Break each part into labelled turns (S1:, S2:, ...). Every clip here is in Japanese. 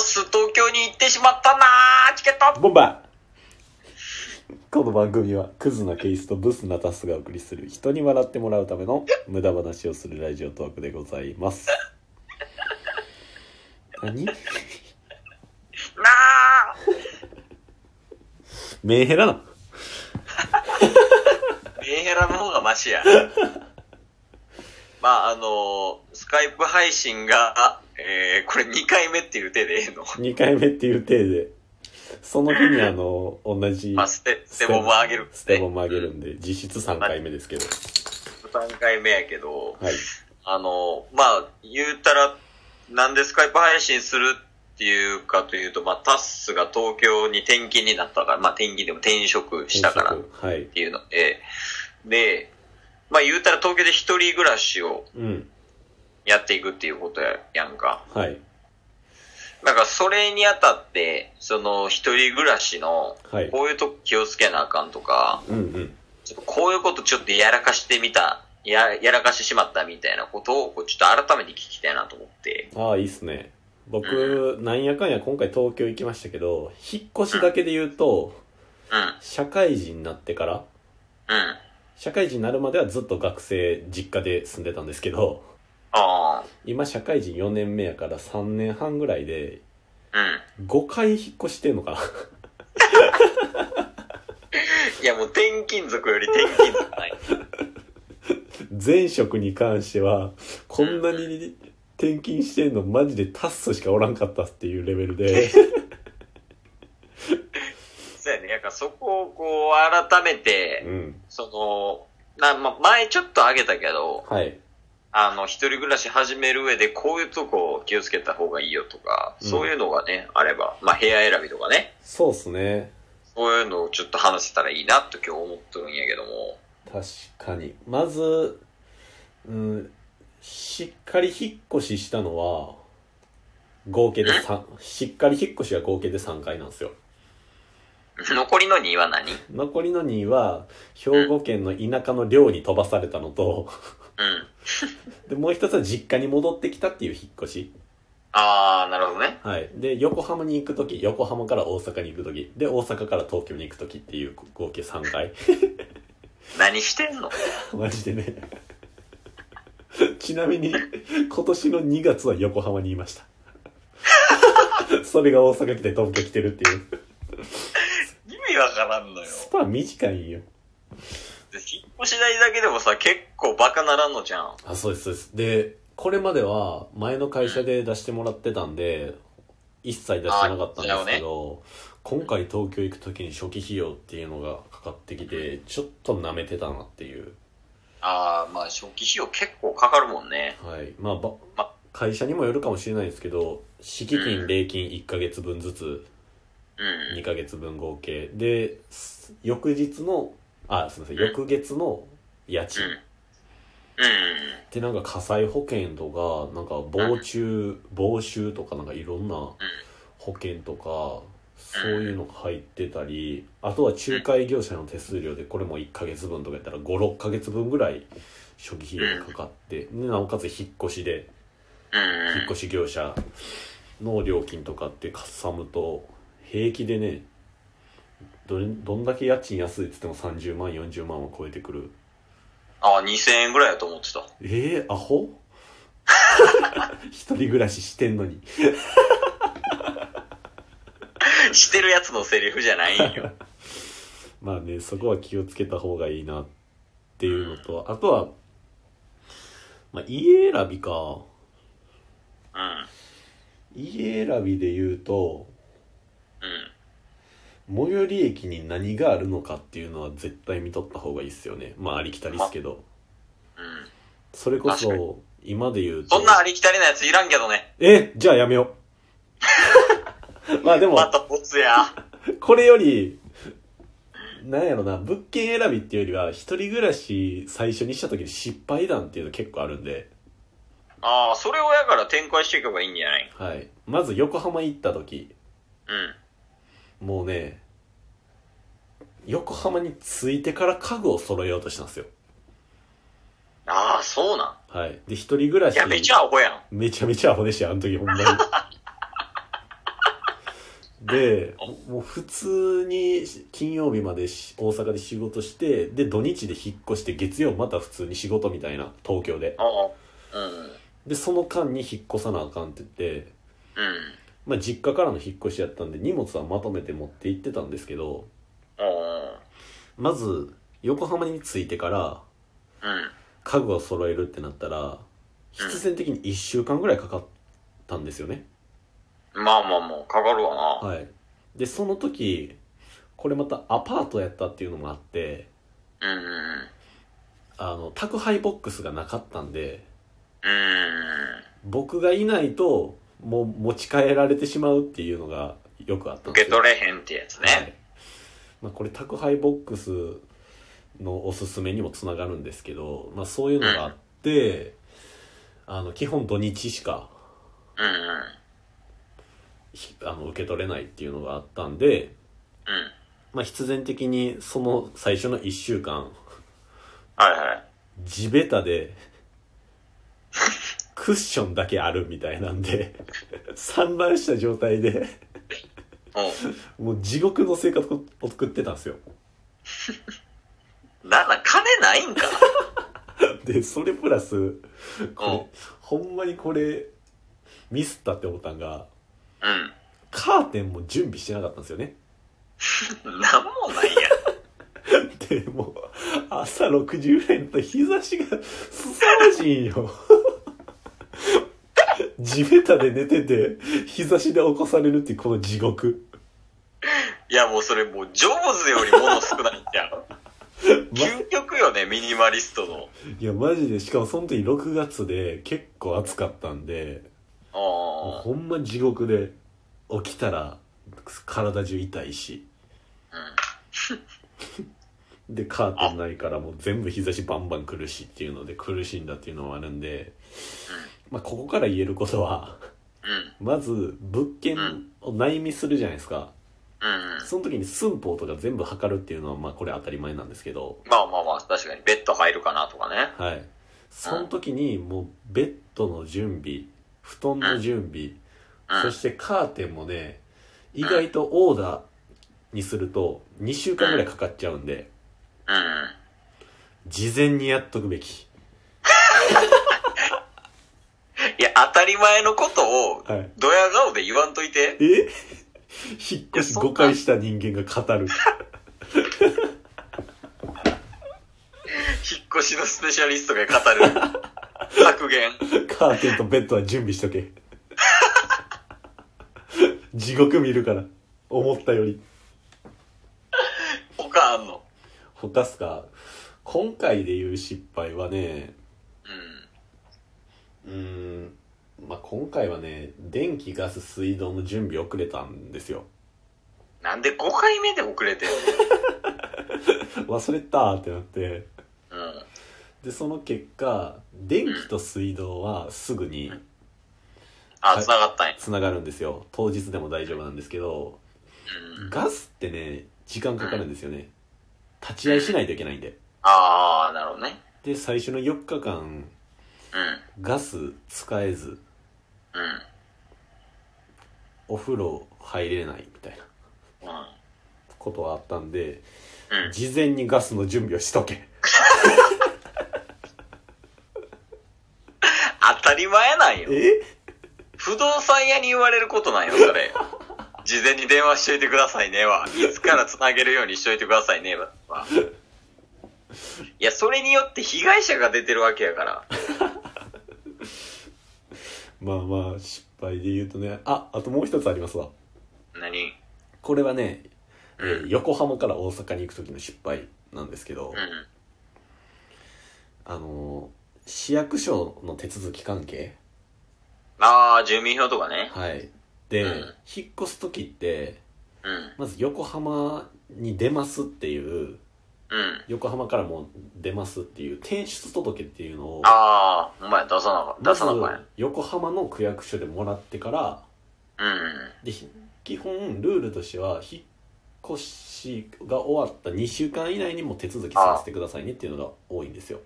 S1: ス東京に行ってしまったなーチケット
S2: ボンバーこの番組はクズなケースとブスなタスがお送りする人に笑ってもらうための無駄話をするラジオトークでございます 何
S1: な
S2: メンヘラな
S1: ーメンヘラの方がマ シや。まあ、あのースカイプ配信が、えー、これ2回目っていう手でええの。
S2: 2回目っていう体でその日にあの同じ
S1: まあ、捨て、捨てボム上げる。
S2: ステボも上げるんで実質3回目ですけど
S1: 3回目やけど、
S2: はい
S1: あのーまあ、言うたら、なんでスカイプ配信するっていうかというと、まあ、タッスが東京に転勤になったから、まあ、転勤でも転職したからっ
S2: はい
S1: ていうので、で、まあ、言うたら東京で一人暮らしを
S2: うん
S1: やっていくっていうことややんか。
S2: はい
S1: なんかそれにあたって、その一人暮らしの、
S2: はい
S1: こういうとこ気をつけなあかんとか、
S2: うんうん
S1: ちょっとこういうことちょっとやらかしてみた、や、やらかしてしまったみたいなことを、こうちょっと改めて聞きたいなと思って。
S2: ああいいっすね僕なんやかんや今回東京行きましたけど引っ越しだけで言うと
S1: うん、うん、
S2: 社会人になってから
S1: あ
S2: 社会人になるまではずっと学生実家で住んでたんですけど
S1: あ
S2: 今社会人4年目やから3年半ぐらいで
S1: ー、
S2: 5回引っ越してんのかな
S1: うん。いやもう転勤族より転勤族ない。
S2: 前職に関してはこんなに転勤してんのマジでタッソしかおらんかったっていうレベルで
S1: そうやね。なんかそこをこう改めて
S2: う、ん
S1: その、な、ま、前ちょっとあげたけど、
S2: はい
S1: あの、一人暮らし始める上で、こういうとこを気をつけた方がいいよとか、
S2: うん
S1: そういうのがね、あれば、まあ、部屋選びとかね、
S2: そうっすね
S1: そういうのをちょっと話せたらいいなと今日思っとるんやけども、
S2: 確かにまず、うん、しっかり引っ越ししたのは合計で3しっかり引っ越しは合計で3回なんですよ
S1: 残りの2は何うん。
S2: 残りの2は兵庫県の田舎の寮に飛ばされたのとでもう一つは実家に戻ってきたっていう引っ越し
S1: あー、なるほどね。
S2: はいで横浜に行く時横浜から大阪に行く時で大阪から東京に行く時っていう合計3回
S1: 何してんの
S2: マジでねちなみに今年の2月は横浜にいましたそれが大阪来て東京来てるっていう
S1: 意味わからんのよ。
S2: スパン短いんよ
S1: で引っ越し代だけでもさ、結構バカならんのじゃん。
S2: あそうですそうですでこれまでは前の会社で出してもらってたんで一切出してなかったんですけど、今回東京行く時に初期費用っていうのがかかってきてちょっと舐めてたなっていう
S1: あー、まあ、初期費用結構かかるもんね。
S2: はいまあば
S1: ま
S2: 会社にもよるかもしれないですけど敷
S1: う
S2: 金
S1: ん
S2: 礼金1ヶ月分ずつ
S1: うん。
S2: 2ヶ月分合計です翌日のあすいません翌月の家
S1: う
S2: 賃
S1: ん。うん。
S2: でなんか火災保険とかなんか防虫防臭とかなんかいろんな保険とかそういうのが入ってたりあとは仲介業者の手数料でこれも1ヶ月分とかやったら56ヶ月分ぐらい初期費用がかかってでなおかつ引っ越しで
S1: うん。
S2: 引っ越し業者の料金とかってかさむと平気でねどれどんだけ家賃安いっつっても30万40万を超えてくる
S1: あー、2000円ぐらいだと思ってた。
S2: えー、アホ 一人暮らししてんのに
S1: してるやつのセリフじゃないんよ。
S2: まあねそこは気をつけた方がいいなっていうのとあとは、まあ、家選びか
S1: うん。
S2: 家選びで言うと
S1: うん。
S2: 最寄り駅に何があるのかっていうのは絶対見とった方がいいっすよねまあありきたりっすけど
S1: うん。
S2: それこ
S1: 確
S2: そ今で言うと
S1: そんなありきたりなやついらんけどね。
S2: えじゃあやめよう まあでも
S1: またボツや。
S2: これより、なんやろな、物件選びっていうよりは、一人暮らし最初にした時に失敗談っていうの結構あるんで、
S1: ああ、それをやから展開していけばいいんじゃない
S2: はい。まず横浜行った時、
S1: うん。
S2: もうね、横浜に着いてから家具を揃えようとしたんですよ。
S1: ああ、そうな
S2: はい。で、一人暮ら
S1: ん。い
S2: し。
S1: や、めちゃアホやん。
S2: めちゃめちゃアホでしたよあの時ほんまに。でもう普通に金曜日までし大阪で仕事してで土日で引っ越して月曜また普通に仕事みたいな東京で
S1: ああ。うん。
S2: でその間に引っ越さなあかんって言って、
S1: うん。
S2: まあ、実家からの引っ越しやったんで荷物はまとめて持って行ってたんですけど
S1: あ
S2: まず横浜に着いてから
S1: あ。うん。
S2: 家具を揃えるってなったら必然的に1週間ぐらいかかったんですよね
S1: まあまあまあ、かかるわな。
S2: はい、でその時これまたアパートやったっていうのもあって
S1: うんうんうん。
S2: あの宅配ボックスがなかったんで
S1: うん。
S2: 僕がいないともう持ち帰られてしまうっていうのがよくあったん
S1: 受
S2: で
S1: け
S2: すよ、
S1: 取れへんってやつ
S2: は
S1: ね。
S2: いまあ、これ宅配ボックスのおすすめにもつながるんですけど、まあ、そういうのがあって、あの基本土日しか
S1: うんうん。うん。
S2: ひあの受け取れないっていうのがあったんでまあ、必然的にその最初の1週間
S1: はいはい。
S2: 地べたでクッションだけあるみたいなんで散乱した状態で
S1: う
S2: もう地獄の生活を送ってたんですよ
S1: ん。なんだ、金ないんか。
S2: でそれプラス
S1: うん
S2: これほんまにこれミスったって思ったんが
S1: うん。
S2: カーテンも準備してなかったんですよね
S1: なん もないや
S2: でもう朝6時ぐらいになったら日差しが凄まじいんよ地べたで寝てて日差しで起こされるっていうこの地獄
S1: ん。いやもうそれもう、ジョブズよりもの少ないじゃん。究極よね、ミニマリストの。
S2: いやマジでしかもその時6月で結構暑かったんでもう
S1: あ
S2: ほんま地獄で起きたら体中痛いしでカーテンないからもう全部日差しバンバン来るしっていうので苦しんだっていうのもあるんで、まあ、ここから言えることは
S1: あ。うん。
S2: まず物件を内見するじゃないですか
S1: うん。うん。
S2: その時に寸法とか全部測るっていうのはまあこれ当たり前なんですけど
S1: まあまあまあ、確かに、ベッド入るかなとかね。
S2: はいその時にもうベッドの準備布団の準備
S1: う
S2: そ
S1: ん。
S2: してカーテンもね意外とオーダーにすると2週間ぐらいかかっちゃうんで
S1: うん。
S2: 事前にやっとくべき
S1: いや、当たり前のことを、
S2: はい
S1: ドヤ顔で言わんといて。
S2: え引っ越し誤解した人間が語 る
S1: 引っ越しのスペシャリストが語る。削減。
S2: カーテンとベッドは準備しとけ地獄見るから思ったより
S1: 他あんの。
S2: 他っすか今回で言う失敗はね
S1: うん。
S2: うーんまあ今回はね電気ガス水道の準備遅れたんですよ
S1: なんで5回目で遅れてんの
S2: 忘れたーってなって
S1: うん。
S2: でその結果電気と水道はすぐには
S1: あ、
S2: い
S1: 繋がったんや。
S2: つながるんですよ当日でも大丈夫なんですけど
S1: うん。
S2: ガスってね時間かかるんですよね立ち会いしないといけないんで
S1: あー、なるほどね。
S2: で最初の4日間
S1: う
S2: ガス使えず
S1: ん。うん。
S2: お風呂入れないみたいな
S1: うん。
S2: ことはあったんで
S1: うん。
S2: 事前にガスの準備をしとけ
S1: 当たり前なんよ。
S2: え
S1: 不動産屋に言われることなんよ、それ。 事前に電話しといてくださいねは。いつから繋げるようにしといてくださいねは。いや、それによって被害者が出てるわけやから。
S2: まあまあ失敗で言うとねああともう一つありますわ
S1: 何
S2: これはね、えー
S1: うん
S2: 横浜から大阪に行く時の失敗なんですけど、
S1: うん。
S2: あのー市役所の手続き関係
S1: ああ、住民票とかね。
S2: はいで、
S1: うん
S2: 引っ越す時って
S1: うん。
S2: まず横浜に出ますっていう
S1: うん。
S2: 横浜からもう出ますっていう転出届っていうのを
S1: ああ、お前出さなか、
S2: ま
S1: 出
S2: ず
S1: さなか
S2: 横浜の区役所でもらってから
S1: や。うん。
S2: でひ基本ルールとしては引っ越しが終わった2週間以内にも手続きさせてくださいねっていうのが多いんですよ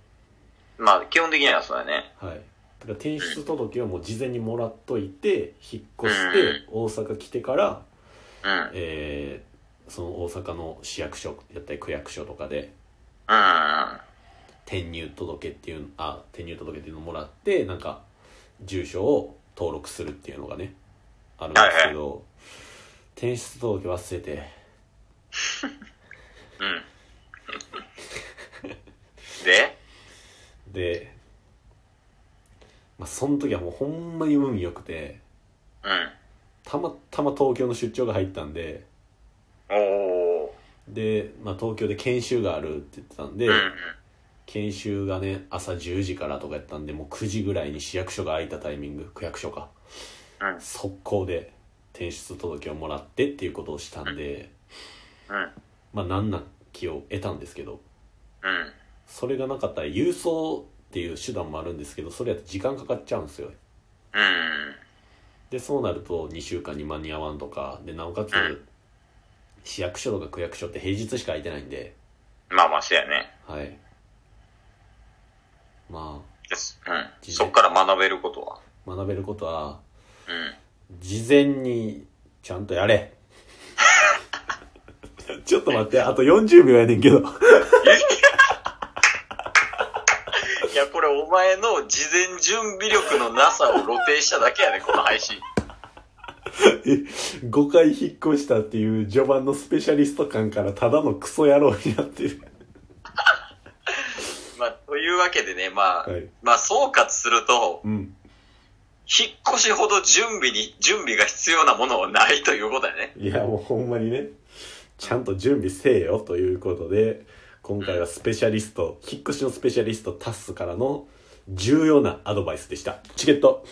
S1: まあ、基本的にはそうだね。
S2: はいだから転出届をもう事前にもらっといて引っ越して大阪来てから
S1: うん。うん。
S2: えーその大阪の市役所やったり区役所とかで転入届っていうあ転入届っていうのをもらってなんか住所を登録するっていうのがねあるんですけど、転出届忘れて
S1: うん。で
S2: で、まあ、その時はもうほんまに運良くて
S1: うん。
S2: たまたま東京の出張が入ったんで
S1: おー。
S2: で、まあ、東京で研修があるって言ってたんで、
S1: うん。
S2: 研修がね朝10時からとかやったんでもう9時ぐらいに市役所が空いたタイミング区役所か
S1: うん。
S2: 速攻で転出届をもらってっていうことをしたんで、
S1: うん。
S2: まあ難な気を得たんですけど
S1: うん。
S2: それがなかったら郵送っていう手段もあるんですけどそれやと時間かかっちゃうんですよ
S1: うん。
S2: でそうなると2週間に間に合わんとかでなおかつ
S1: うん
S2: 市役所とか区役所って平日しか空いてないんで
S1: まあまあ、そうやね。
S2: はいま
S1: です。うん。そっから学べることは。
S2: あ学べることは
S1: うん。
S2: 事前にちゃんとやれ ちょっと待ってあと40秒やねんけど
S1: いや、これお前の事前準備力のなさを露呈しただけやね、この配信。
S2: 5回引っ越したっていう序盤のスペシャリスト感からただのクソ野郎になってる
S1: まあ、というわけでね、まあ、
S2: はい
S1: まあ、総括すると、
S2: うん
S1: 引っ越しほど準備に、準備が必要なものはないということだね。
S2: いやもうほんまにねちゃんと準備せえよということで今回はスペシャリスト引っ越しのスペシャリストタッスからの重要なアドバイスでしたチケット